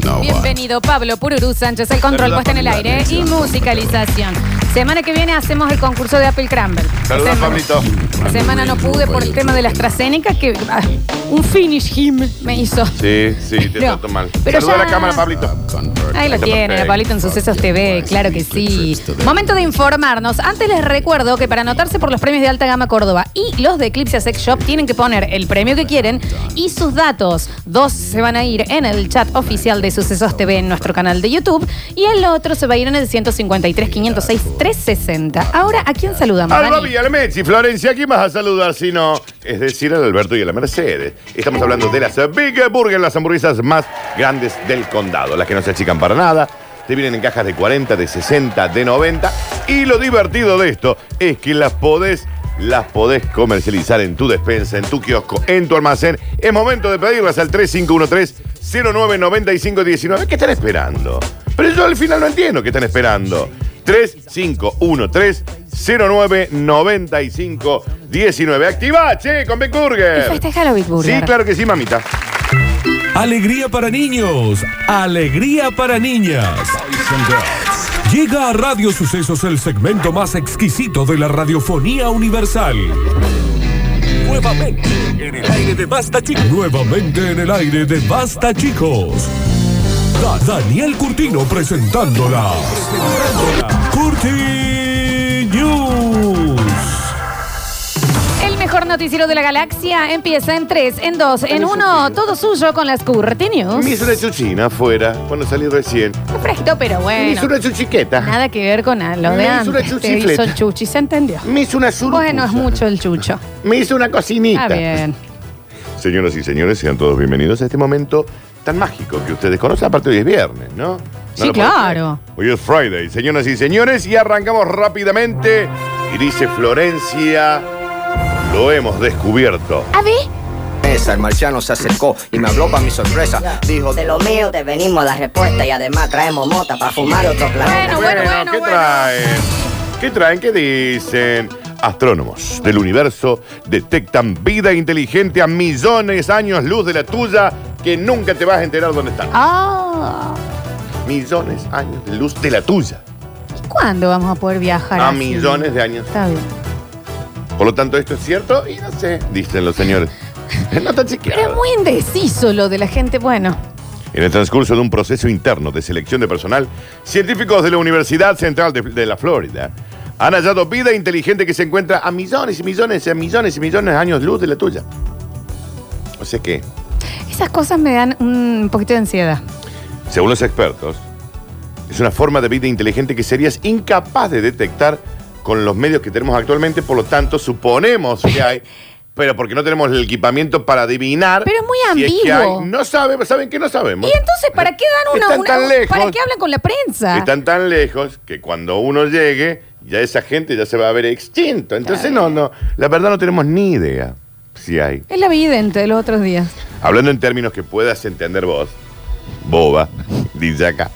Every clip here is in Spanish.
contenido. Pablo Pururú Sánchez, el control Saluda, puesta en el Pamela, aire y atención. musicalización. Semana que viene hacemos el concurso de Apple Crumble. Saluda, Semana- Pablito. La semana no pude por el tema de la AstraZeneca que ah, un finish him me hizo. Sí, sí, te No, trato mal. pero Saluda ya- a la cámara, Pablito. Ahí lo tiene, Pablito en Sucesos TV, claro que sí. Momento de informarnos. Antes les recuerdo que para anotarse por los premios de Alta Gama Córdoba y los de Eclipse Sex Shop tienen que poner el premio que quieren y sus datos. Dos se van a ir en el chat oficial de Sucesos TV en nuestro canal de YouTube y el otro se va a ir en el 153 506 360. Ahora, ¿a quién saludamos? Al Dani? Babi y al Mechi, Florencia, ¿a quién vas a saludar si no? Es decir, al Alberto y a la Mercedes. Estamos hablando de las Big Burger, las hamburguesas más grandes del condado, las que no se achican para nada. Te vienen en cajas de 40, de 60, de 90. Y lo divertido de esto es que las podés, las podés comercializar en tu despensa, en tu kiosco, en tu almacén. Es momento de pedirlas al 3513-099519. ¿Qué están esperando? Pero yo al final no entiendo qué están esperando. 3513-0995-19. Activa, che, con Big Y Burger. festejalo, Big Burger. Sí, claro que sí, mamita. Alegría para niños, alegría para niñas. Llega a Radio Sucesos el segmento más exquisito de la radiofonía universal. Nuevamente en el aire de Basta Chicos. Nuevamente en el aire de Basta Chicos. Da- Daniel Curtino presentándola. Curti News. El mejor noticiero de la galaxia empieza en 3, en 2, en 1, todo suyo con las Curti News. Me hizo una chuchina afuera cuando salí recién. Fresquito, pero Me hizo bueno. una chuchiqueta. Nada que ver con a- lo Me de hizo una antes. Te chuchifleta. Mm. hizo el chuchi, ¿se entendió? Me hizo una surpusa. Bueno, es mucho el chucho. Me hizo una cocinita. Está bien. Señoras y señores, sean todos bienvenidos a este momento tan mágico que ustedes conocen. Aparte, hoy es viernes, ¿no? No Sí, lo puedo claro. creer. Hoy es Friday, señoras y señores, y arrancamos rápidamente. Y dice Florencia, lo hemos descubierto. A ver, mesa, el marciano se acercó y me habló para mi sorpresa. Dijo, De lo mío te venimos la respuesta y además traemos mota para fumar otro planeta. Ah, Bueno, bueno, bueno, ¿qué bueno. traen? ¿Qué traen? ¿Qué dicen? Astrónomos del universo detectan vida inteligente a millones de años luz de la tuya que nunca te vas a enterar dónde están. ah, Millones de años de luz de la tuya. ¿y ¿cuándo vamos a poder viajar? A así? millones de años. Está bien. Por lo tanto, esto es cierto y no sé, dicen los señores. No está Pero es chequeado. muy indeciso lo de la gente. Bueno, En el transcurso de un proceso interno de selección de personal, científicos de la Universidad Central de, de la Florida han hallado vida inteligente que se encuentra a millones y millones y a millones y millones de años luz de la tuya. O sea que, esas cosas me dan un poquito de ansiedad. según los expertos, es una forma de vida inteligente que serías incapaz de detectar con los medios que tenemos actualmente, por lo tanto, suponemos que hay. Pero porque no tenemos el equipamiento para adivinar. Pero es muy si es que ambiguo. hay. no saben, ¿saben que no Y sabemos? entonces, ¿para qué dan una, Están una- tan lejos. ¿Para qué hablan con la prensa? Están tan lejos que cuando uno llegue, ya esa gente ya se va a ver extinto. Entonces, no, no, la verdad no tenemos ni idea si hay. Es la vidente de los otros días. Hablando en términos que puedas entender vos, boba, dice acá.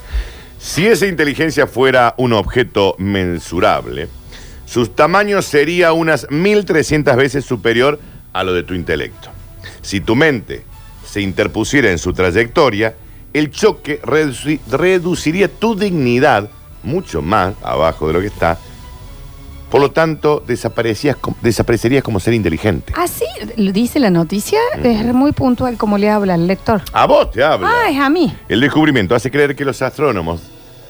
Si esa inteligencia fuera un objeto mensurable, su tamaño sería unas 1300 veces superior a lo de tu intelecto. Si tu mente se interpusiera en su trayectoria, el choque reduci- reduciría tu dignidad mucho más abajo de lo que está. Por lo tanto, desaparecías com- desaparecerías como ser inteligente. Así lo dice la noticia, Mm. es muy puntual como le habla el lector. A vos te hablo. Ah, es a mí. El descubrimiento hace creer que los astrónomos,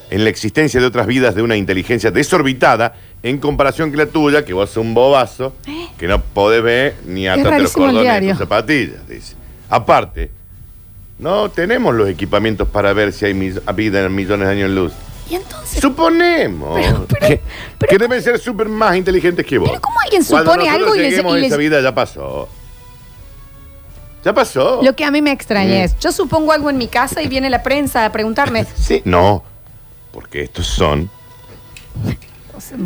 en la existencia de otras vidas de una inteligencia desorbitada, en comparación que la tuya, que vos sos un bobazo, que no podés ver ni atarte ¿Eh? los rarísimo el cordones de diario. tus zapatillas, dice. Aparte, no tenemos los equipamientos para ver si hay mis- vida en millones de años luz. Y entonces, Suponemos Pero- pero- que, pero- que deben ser súper más inteligentes que vos. Pero ¿cómo alguien Cuando supone nosotros algo y les- lleguemos y les- esa vida ya pasó. Ya pasó. lo que a mí me extraña es, yo supongo algo en mi casa y viene la prensa a preguntarme, Sí, no, porque estos son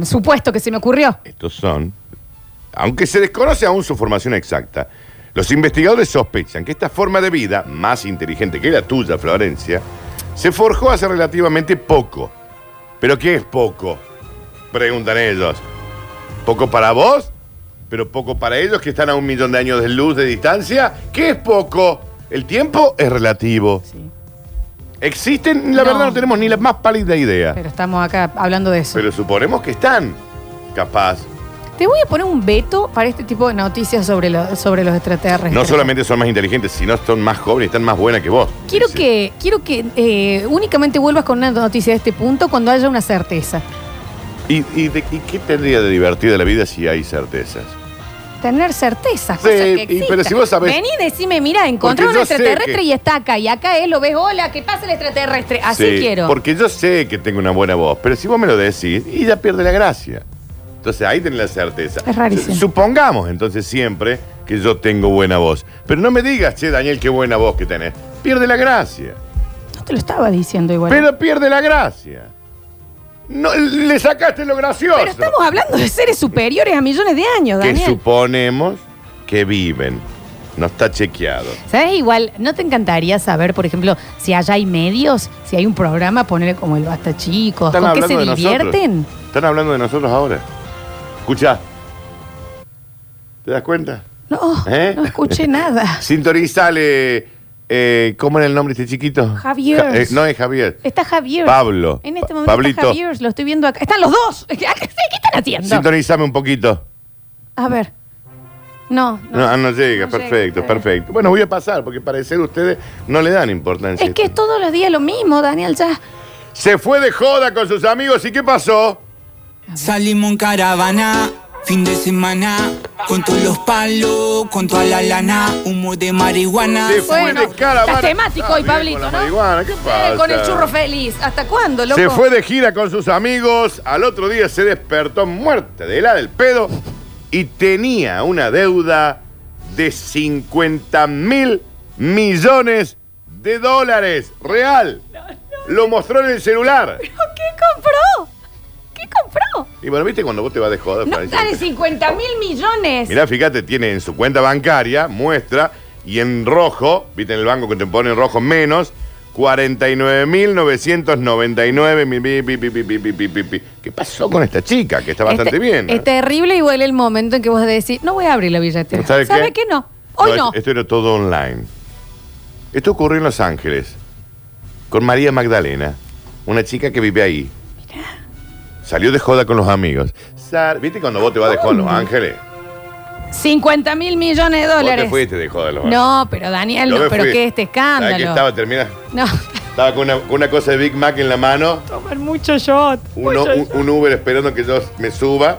supuesto que se me ocurrió. Estos son, aunque se desconoce aún su formación exacta, los investigadores sospechan que esta forma de vida, más inteligente que la tuya, Florencia, se forjó hace relativamente poco. ¿Pero qué es poco? Preguntan ellos. ¿Poco para vos? ¿Pero poco para ellos que están a un millón de años de luz de distancia? ¿Qué es poco? El tiempo es relativo. Existen, la No. verdad no tenemos ni la más pálida idea. Pero estamos acá hablando de eso. Pero suponemos que están. Capaz. Te voy a poner un veto para este tipo de noticias sobre, lo- sobre los extraterrestres. No solamente son más inteligentes, sino son más jóvenes, están más buenas que vos. Quiero Sí. que, quiero que eh, únicamente vuelvas con una noticia de este punto cuando haya una certeza. ¿Y, y de- y qué tendría de divertida la vida si hay certezas? Tener certeza. Sí, cosas que y- pero existan. si vos sabés- Vení y decime, mira, encontré Porque un yo sé extraterrestre que- y está acá. Y acá es, lo ves, hola, ¿qué pasa el extraterrestre? Así Sí, Ah, quiero. Porque yo sé que tengo una buena voz, pero si vos me lo decís, y ya pierde la gracia. Entonces ahí tenés la certeza. Eh, Es rarísimo. Supongamos entonces siempre que yo tengo buena voz. Pero no me digas, che, Daniel, qué buena voz que tenés. Pierde la gracia. No te lo estaba diciendo igual. Pero pierde la gracia. No, le sacaste lo gracioso. Pero estamos hablando de seres superiores a millones de años, que Daniel. suponemos que viven. No está chequeado. ¿Sabes? Igual, ¿no te encantaría saber, por ejemplo, si allá hay medios, si hay un programa, poner como el Basta Chicos, Están con que hablando se de divierten? nosotros. Están hablando de nosotros ahora. Escucha. ¿Te das cuenta? No, ¿Eh? no escuché nada. Sintonizale. Eh, ¿Cómo era el nombre de este chiquito? Javier. Ja- eh, no es Javier. Está Javier. Pablo. En este Pa- momento Pablito. está Javier, lo estoy viendo acá. Están los dos. ¿Qué están haciendo? Sintonizame un poquito. A ver. No, no. No, ah, no llega, No perfecto, llega. perfecto. Bueno, voy a pasar, porque parecer ustedes no le dan importancia. Es que es todos los días lo mismo, Daniel, ya. Se fue de joda con sus amigos y ¿qué pasó? Salimos en caravana, fin de semana, con todos los palos, con toda la lana, humo de marihuana. Se fue Bueno, de caravana. estás temático Está hoy, Ah, bien, Pablito, con la ¿no? marihuana, ¿qué Eh, pasa? Con el churro feliz. ¿Hasta cuándo, loco? Se fue de gira con sus amigos, al otro día se despertó muerta de la del pedo y tenía una deuda de 50 mil millones de dólares, real. Lo mostró en el celular. ¿Qué compró? ¿Qué compró? Y bueno, ¿viste cuando vos te vas de joda? No, Florencia? dale 50 mil millones. Mirá, fíjate, tiene en su cuenta bancaria, muestra, y en rojo, viste en el banco que te pone en rojo menos, 49.999. mi, pi, pi, pi, pi, pi, pi, pi, pi, pi. ¿Qué pasó con esta chica? Que está bastante Este- bien. ¿eh? ¿no? Es terrible y huele el momento en que vos decís, no voy a abrir la billetera. ¿Sabe ¿Sabe qué? no? Hoy no. es- Esto era todo online. Esto ocurrió en Los Ángeles con María Magdalena, una chica que vive ahí. Salió de joda con los amigos. Sar- ¿Viste cuando vos te vas de joda a Los Ángeles? 50 mil millones de Vos te dólares. fuiste de joda a Los Ángeles. No, pero Daniel, Yo no, me pero fui. qué este ¿Sabés qué escándalo. estaba termina- No, Estaba con una, con una cosa de Big Mac en la mano, tomar mucho shot. un, mucho un- shot. un Uber esperando que yo me suba.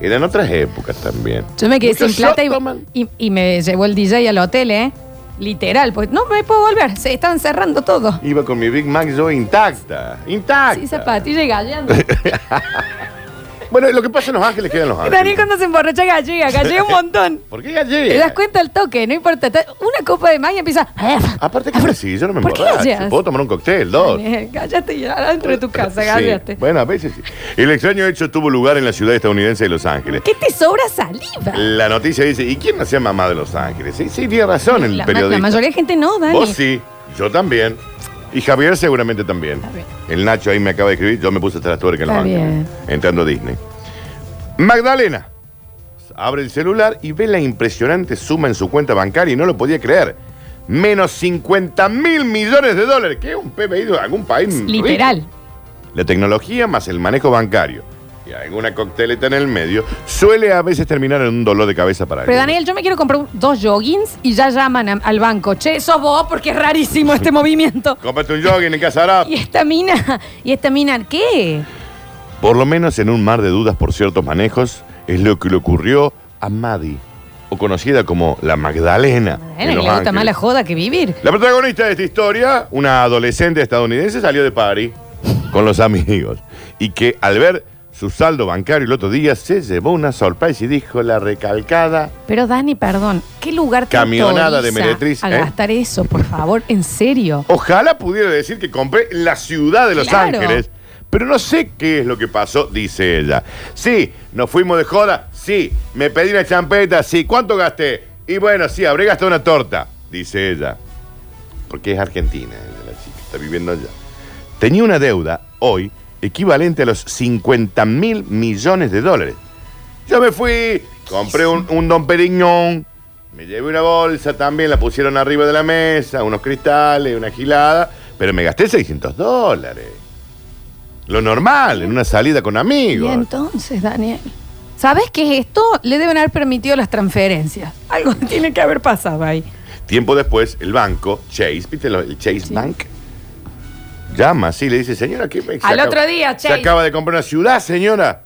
Eran otras épocas también. Yo me quedé Mucho sin plata shot y, toman. y- y me llevó el DJ al hotel, ¿eh? Literal, pues no me puedo volver. Se están cerrando todo. Iba con mi Big Mac yo intacta. Intacta. Sí, zapatilla y galleando. Bueno, lo que pasa en Los Ángeles queda en Los Ángeles. Daniel cuando se emborracha gallega, gallega un montón. ¿Por qué gallega? Te das cuenta al toque, no importa. Está- Una copa de magia empieza. "Ah, Aparte que sí, yo no me ¿Por qué emborracho. gallegas? Puedo tomar un cóctel, dos. Eh, Cállate ya, adentro de tu casa, Oh. Sí. cállate. Bueno, a veces sí. El extraño hecho tuvo lugar en la ciudad estadounidense de Los Ángeles. ¿Qué te sobra saliva? La noticia dice, ¿y quién hacía mamá de Los Ángeles? Sí, sí, tiene razón el la, ma- periodista. la mayoría de gente no, Dani. Vos sí, yo también. Y Javier seguramente también. bien. El Nacho ahí me acaba de escribir, yo me puse hasta las tuercas en Los Está Ángeles, bien. entrando a Disney. Magdalena abre el celular y ve la impresionante suma en su cuenta bancaria y no lo podía creer. Menos 50 mil millones de dólares, que es un PBI de algún país. rico. Literal. La tecnología más el manejo bancario y alguna cocteleta en el medio suele a veces terminar en un dolor de cabeza para Pero algunos. Daniel, yo me quiero comprar un- dos joggings y ya llaman a- al banco. Che, sos vos porque es rarísimo este movimiento. Cómprate un jogging en casa Arab. Y esta mina, y esta mina, ¿qué? Por lo menos en un mar de dudas por ciertos manejos, es lo que le ocurrió a Maddie, o conocida como la Magdalena. Daniel, en le Los gusta Ángeles. más la joda que vivir. La protagonista de esta historia, una adolescente estadounidense, salió de party con los amigos y que al ver su saldo bancario el otro día se llevó una sorpresa y dijo la recalcada. Pero Dani, perdón, ¿qué lugar te Camionada de autoriza Meretriz, a ¿eh? gastar eso, por favor? En serio. Ojalá pudiera decir que compré la ciudad de Los Claro. Ángeles. Pero no sé qué es lo que pasó, dice ella. Sí, nos fuimos de joda, sí, me pedí una champeta, sí, ¿cuánto gasté? Y bueno, sí, habré gastado una torta, dice ella. Porque es argentina, ella, la chica, está viviendo allá. Tenía una deuda, hoy, equivalente a los 50 mil millones de dólares. Yo me fui, compré un, un Don Periñón, me llevé una bolsa también, la pusieron arriba de la mesa, unos cristales, una gilada. Pero me gasté 600 dólares. Lo normal, en una salida con Y amigos. entonces, Daniel, ¿sabes qué es esto? Le deben haber permitido las transferencias. Algo tiene que haber pasado ahí. Tiempo después, el banco, Chase, ¿viste lo- el Chase Bank? Llama, sí, le dice, señora, ¿qué me se Al otro día, Se Chase. acaba de comprar una ciudad, señora.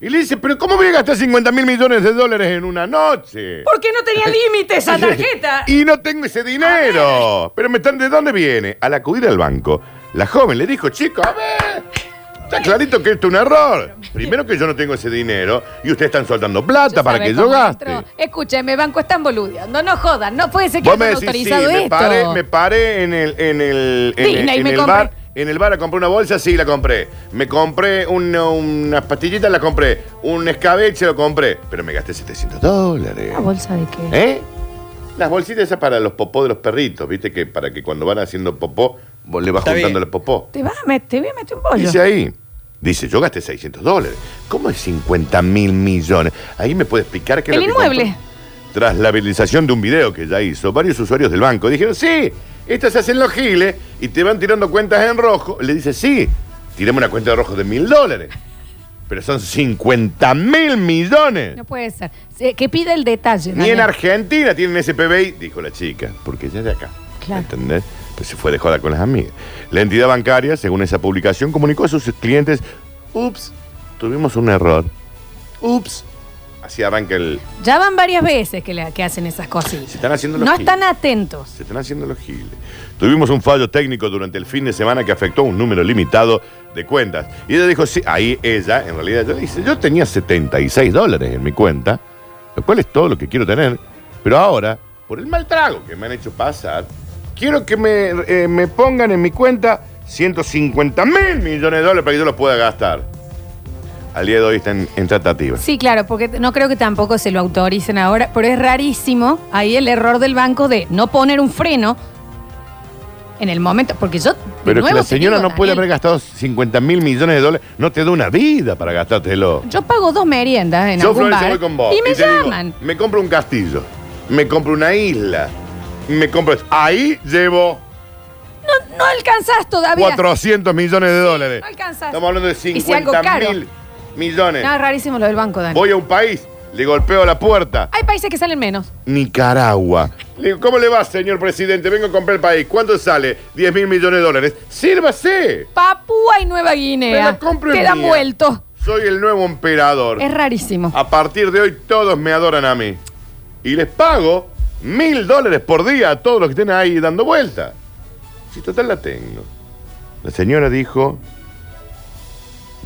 Y le dice, pero ¿cómo voy a gastar 50 mil millones de dólares en una noche? ¿Por qué no tenía límite esa tarjeta? Y no tengo ese dinero. Pero me están, ¿de dónde viene? Al acudir al banco, la joven le dijo, chico, a ver. Está clarito que esto es un error. Primero que yo no tengo ese dinero y ustedes están soltando plata para ¿Sabe que yo cómo gaste. entró? Escúchame, banco, están boludeando. No jodan, no puede ser que Vos me hayan decís, sí, autorizado me esto. paré, me paré en el, en el, en, Disney, en me el compré. bar. En el bar a comprar una bolsa, sí, la compré. Me compré una, unas pastillitas, la compré. Un escabeche, lo compré. Pero me gasté 700 dólares. ¿Una bolsa de qué? ¿Eh? Las bolsitas esas para los popó de los perritos, ¿viste? que Para que cuando van haciendo popó, vos le vas Está juntando bien. los popó. Te, vas a met- te voy a meter un bollo. Dice ahí. Dice, yo gasté 600 dólares. ¿Cómo es 50 mil millones? Ahí me puede explicar que... El inmueble. Tras la viralización de un video que ya hizo, varios usuarios del banco dijeron, sí, estas hacen los giles y te van tirando cuentas en rojo. Le dice, sí, tirame una cuenta de rojo de mil dólares. Pero son 50 mil millones. No puede ser. Se- Que pida el detalle. Ni en Daniel. Argentina tienen ese PBI, dijo la chica, porque ella es de acá. Claro. ¿Entendés? Pues se fue de joda con las amigas. La entidad bancaria, según esa publicación, comunicó a sus clientes, ups, tuvimos un error. Ups. Así arranca el... Ya van varias veces que, le- que hacen esas cositas. Se están haciendo los No giles. están atentos. Se están haciendo los giles. Tuvimos un fallo técnico durante el fin de semana que afectó a un número limitado de cuentas. Y ella dijo, sí, ahí ella, en realidad, yo le dice, yo tenía 76 dólares en mi cuenta, lo cual es todo lo que quiero tener, pero ahora, por el mal trago que me han hecho pasar, quiero que me, eh, me pongan en mi cuenta 150 mil millones de dólares para que yo los pueda gastar. Al día de hoy están en tratativa. Sí, claro, porque no creo que tampoco se lo autoricen ahora, pero es rarísimo ahí el error del banco de no poner un freno en el momento, porque yo... de Pero es que nuevo la te señora digo, no puede haber Daniel, gastado 50 mil millones de dólares. No te da una vida para gastártelo. Yo pago dos meriendas en Yo, algún Florencia, bar voy con vos. y me te digo, llaman. me compro un castillo. Me compro una isla. Me compro. Ahí llevo no, no alcanzás todavía. 400 millones de dólares. no alcanzas. Estamos hablando de Y si algo 50 caro. mil millones. No, es rarísimo lo del banco, Dani. Voy a un país, le golpeo la puerta. Hay países que salen menos. Nicaragua. Le digo, ¿cómo le va, señor presidente? Vengo a comprar el país. ¿Cuánto sale? 10 mil millones de dólares. ¡Sírvase! Papúa y Nueva Me Guinea. la compro en Quedan mía. vueltos. Soy el nuevo emperador. Es rarísimo. A partir de hoy todos me adoran a mí. Y les pago mil dólares por día a todos los que estén ahí dando vuelta. Si total la tengo. La señora dijo,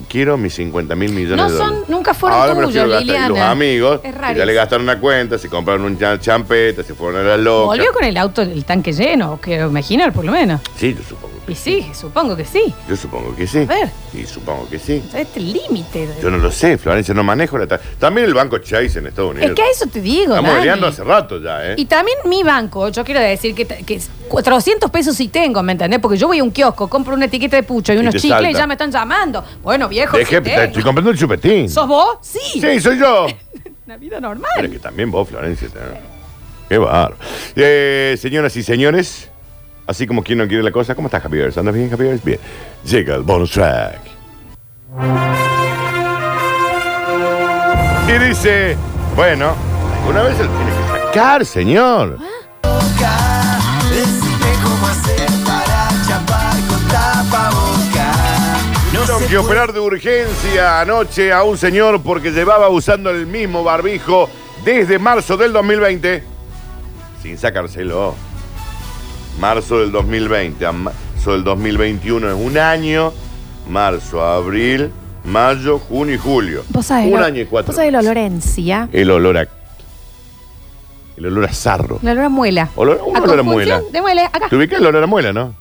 quiero mis 50 mil millones No de son- dólares. nunca fueron Ahora me los tuyos, quiero gastar. Y Liliana. los amigos, Es que ya rarísimo. le gastaron una cuenta, se compraron un cha- champeta, se fueron a la loca. Volvió con el auto, el tanque lleno, quiero imaginar por lo menos. Sí, yo supongo que Y sí, supongo que sí. Yo supongo que sí. A ver. Sí, supongo que sí. Este límite. de- Yo no lo sé, Florencia, no manejo la... ta- También el banco Chase en Estados Unidos. Es que a eso te digo, Estamos Dani. peleando hace rato ya, ¿eh? Y también mi banco, yo quiero decir que, que 400 pesos sí tengo, ¿me entendés? Porque yo voy a un kiosco, compro una etiqueta de pucho y unos te chicles y salta. ya me están llamando. Bueno, viejo, Dejé, sí tengo. te estoy comprando el chupetín. ¿sos vos? Sí. Sí, soy yo. Una vida Pero normal. que también vos, Florencia. te- Qué barro. Eh, señoras y señores, así como quien no quiere la cosa, ¿cómo estás, Javier? ¿Andas bien, Javier? Bien. Llega el bonus track. Y dice, bueno, alguna vez se lo tiene que sacar, señor. Tuvieron que operar de urgencia anoche a un señor porque llevaba usando el mismo barbijo desde marzo del 2020 sin sacárselo. Marzo del 2020 a marzo del 2021 es un año. Marzo, abril, mayo, junio y julio. Vos sabés un lo- año y cuatro. Vos sabés lo olor a encía, El olor a. El olor a zarro. el olor a muela. Olor- un a olor a conjunción muela. De muela, acá. ¿Te ubicas el olor a muela, no?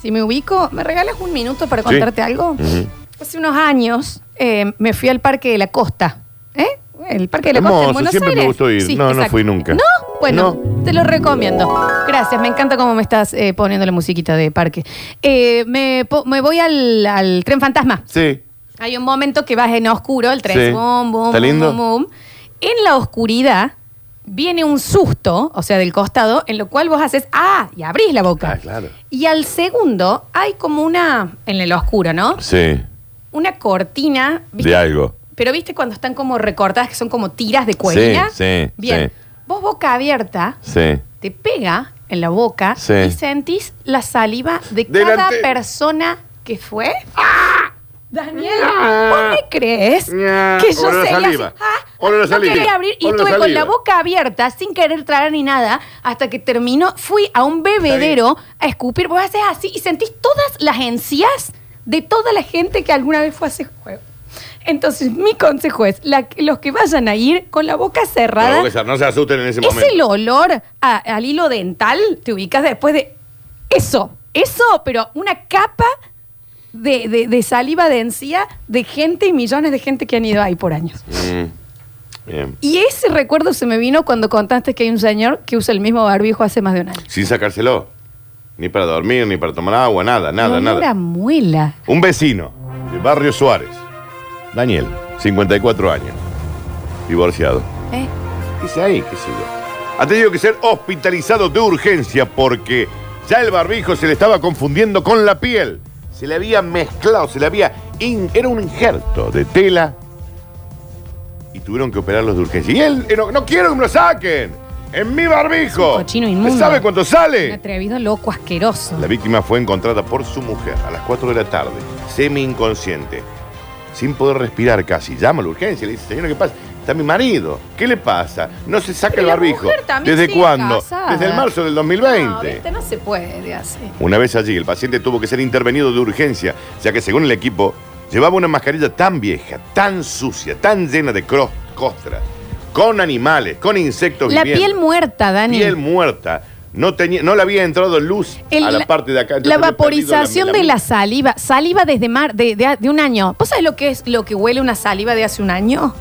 Si me ubico, ¿me regalas un minuto para Sí. contarte algo? Ujú. Hace unos años eh, me fui al Parque de la Costa. ¿Eh? El Parque de la Costa Hermoso, en Buenos siempre me Aires. gustó ir. No, no exacto. fui nunca. ¿No? Bueno, te lo recomiendo. Gracias, me encanta cómo me estás eh, poniendo la musiquita de parque. Eh, me, po- me voy al, al Tren Fantasma. Sí. Hay un momento que vas en oscuro, el tren. Sí. Boom, boom, ¿Está boom, lindo? boom, boom. En la oscuridad, viene un susto, o sea, del costado, en lo cual vos haces ¡ah! y abrís la boca. Ah, claro. Y al segundo hay como una, en el oscuro, ¿no? Sí, Una cortina. ¿viste? de algo. Pero viste cuando están como recortadas, que son como tiras de cuerina. sí, Bien. sí. Vos boca abierta, Sí. te pega en la boca Sí. y sentís la saliva de cada Delante. persona que fue. Daniel, ¿vos me crees Ah. que yo Olor a sería saliva. así? Ah, Olor a no saliva. quería abrir y Olor a estuve con saliva. la boca abierta sin querer tragar ni nada hasta que terminó. Fui a un bebedero a escupir. Vos haces así y sentís todas las encías de toda la gente que alguna vez fue a ese juego. Entonces, mi consejo es, la- los que vayan a ir con la boca cerrada, La boca cerrada, No se asusten en ese es este momento. el olor a- al hilo dental, te ubicas después de eso, eso, pero una capa de, de- de saliva de encía de gente y millones de gente que han ido ahí por años. Mm. Bien. Y ese recuerdo se me vino cuando contaste que hay un señor que usa el mismo barbijo hace más de un año. Sin sacárselo. Ni para dormir, ni para tomar agua, nada, nada, Un olor a nada. muela. Un vecino de Barrio Suárez, Daniel, 54 años, divorciado. ¿eh? Dice ahí, qué sé yo. Ha tenido que ser hospitalizado de urgencia porque ya el barbijo se le estaba confundiendo con la piel. Se le había mezclado, se le había... in- era un injerto de tela y tuvieron que operarlos de urgencia. Y él, eh, no, no quiero que me lo saquen. En mi barbijo. Es un cochino inmundo. ¿Sabe cuánto Un sale? atrevido loco asqueroso. La víctima fue encontrada por su mujer a las 4 de la tarde, semi inconsciente, sin poder respirar casi. Llama a la urgencia y le dice, señora, ¿qué pasa? Está mi marido. ¿Qué le pasa? No se saca Pero el la barbijo. mujer también ¿Desde sigue cuándo? casada. Desde el marzo del No, 2020. viste, no se puede así. Una vez allí, el paciente tuvo que ser intervenido de urgencia, ya que según el equipo, llevaba una mascarilla tan vieja, tan sucia, tan llena de cro- costras, con animales, con insectos La viviendo, piel muerta, Dani. piel muerta. No, tenía, no le había entrado luz El- a la parte de acá. La entonces había perdido vaporización de la saliva. Saliva desde mar, de, de- de un año. ¿Vos sabés lo que es lo que huele una saliva de hace un año?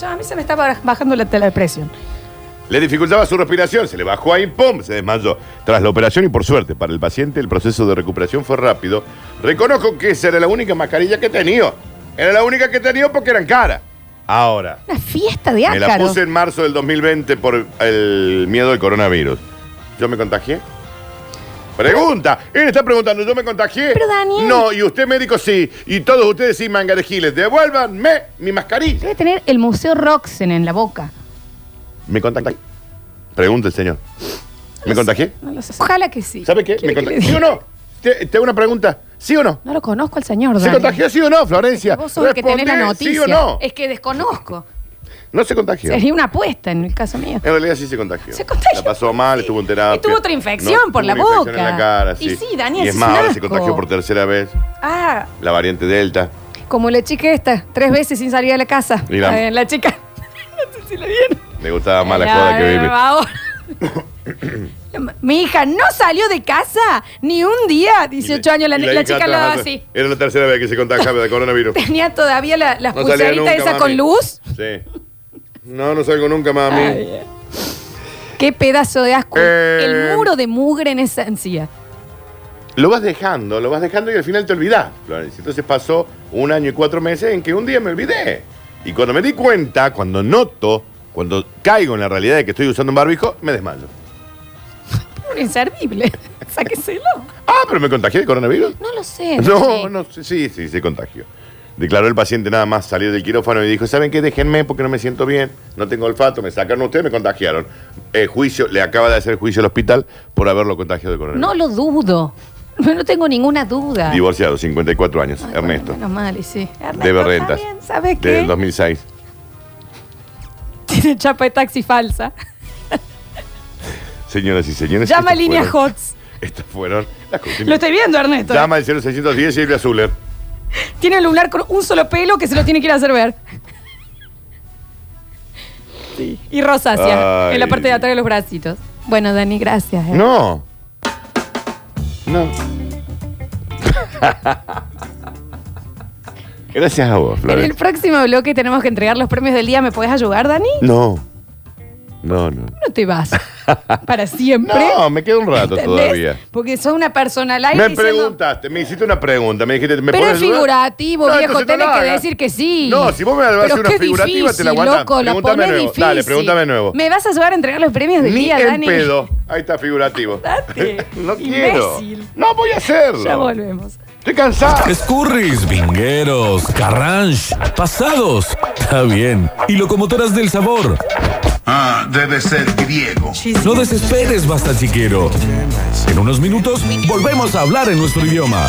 Ya, a mí se me está baj- bajando la tela de presión. Le dificultaba su respiración, se le bajó ahí, ¡pum! Se desmayó. Tras la operación y por suerte para el paciente, el proceso de recuperación fue rápido. Reconozco que esa era la única mascarilla que he tenido. Era la única que he tenido porque eran caras. Ahora, Una fiesta de me la ácaros. puse en marzo del 2020 por el miedo del coronavirus. ¿Yo me contagié? Pregunta. Él está preguntando, ¿yo me contagié? Pero, Daniel. No, y usted médico sí. Y todos ustedes sí, manga de giles. Devuélvanme mi mascarilla. Debe tener el Museo Roxen en la boca. ¿Me contagié? Pregunta el señor. ¿Me contagié? No lo sé. Ojalá que sí. ¿Sabe qué? ¿Quiere ¿Me que le contagió? diga? ¿Sí o no? Te, te hago una pregunta. ¿Sí o no? No lo conozco al señor, ¿Se Dani. contagió sí o no, Florencia? Vos sos el que tenés la Respondé, noticia. ¿Sí o no? Es que desconozco. No se contagió. Sería una apuesta en el caso mío. En realidad sí se contagió. Se contagió. La pasó mal, estuvo en terapia. Y tuvo otra infección No, por la tuvo una infección boca. en la cara, Y sí. sí, Daniel, Y es es más, un ahora se asco. contagió por tercera vez Ah, la variante Delta. como la chica esta, tres veces sin salir de la casa. Y la- Eh, la chica. no sé si la vieron. Le gustaba más la Ya, joda que vive. vamos. Mi hija no salió de casa ni un día, 18 años. La, Y la hija chica lo atrás, así. Era la tercera vez que se contagiaba de coronavirus. Tenía todavía la- las No salía pulseritas nunca, esas mami. con luz. Sí. No, no salgo nunca, mami. Ay, eh. Qué pedazo de asco. Eh. El muro de mugre en esa encía. Lo vas dejando, lo vas dejando y al final te olvidás, Florencia. Entonces pasó un año y cuatro meses en que un día me olvidé. Y cuando me di cuenta, cuando noto, cuando caigo en la realidad de que estoy usando un barbijo, me desmayo. Inservible. Sáqueselo. Ah, pero me contagié de coronavirus. No lo sé. No, sé. no, sí, sí, sí, se contagió. Declaró el paciente nada más salir del quirófano y dijo, ¿saben qué? Déjenme porque no me siento bien, no tengo olfato, me sacaron ustedes, me contagiaron. Eh, juicio, le acaba de hacer juicio al hospital por haberlo contagiado de coronavirus. No lo dudo. No tengo ninguna duda. Divorciado, 54 años, Ay, bueno, Ernesto. menos mal, y sí. Ernesto Debe rentas. también, ¿Sabe Desde el qué? 2006. Tiene chapa de taxi falsa. Señoras y señores. Llama a estas línea fueron- HOTS. Estas fueron las Lo cortinas. estoy viendo, Ernesto. Llama al 0610 Silvia Zuller. Tiene el lunar con un solo pelo que se lo tiene que ir a hacer ver. Sí. Y rosácea Ay. en la parte de atrás de los bracitos. Bueno, Dani, gracias. eh. No. No. Gracias a vos, en el Florencia. próximo bloque tenemos que entregar los premios del día. ¿Me podés ayudar, Dani? No. No, no. No te vas para siempre. No, me quedo un rato ¿Entendés? todavía. Porque sos una persona al aire Me diciendo- preguntaste, me hiciste una pregunta, me dijiste, ¿me Pero podés es ayudar? figurativo, viejo, entonces tenés la que hagas. decir que sí. No, si vos me vas a Pero hacer una qué figurativa, te la difícil, aguantás. loco, la Pregúntame ponés de nuevo. Dale, difícil. pregúntame de nuevo. Me vas a ayudar a entregar los premios del Ni día, en Dani. pedo. Ahí está figurativo. Date, no imbécil. quiero. No voy a hacerlo. Ya volvemos. Estoy cansado. Escurris, vingueros, carranche, pasados. Está bien. Y locomotoras del sabor. Ah, debe ser griego. No desesperes, basta chiquero. En unos minutos volvemos a hablar en nuestro idioma.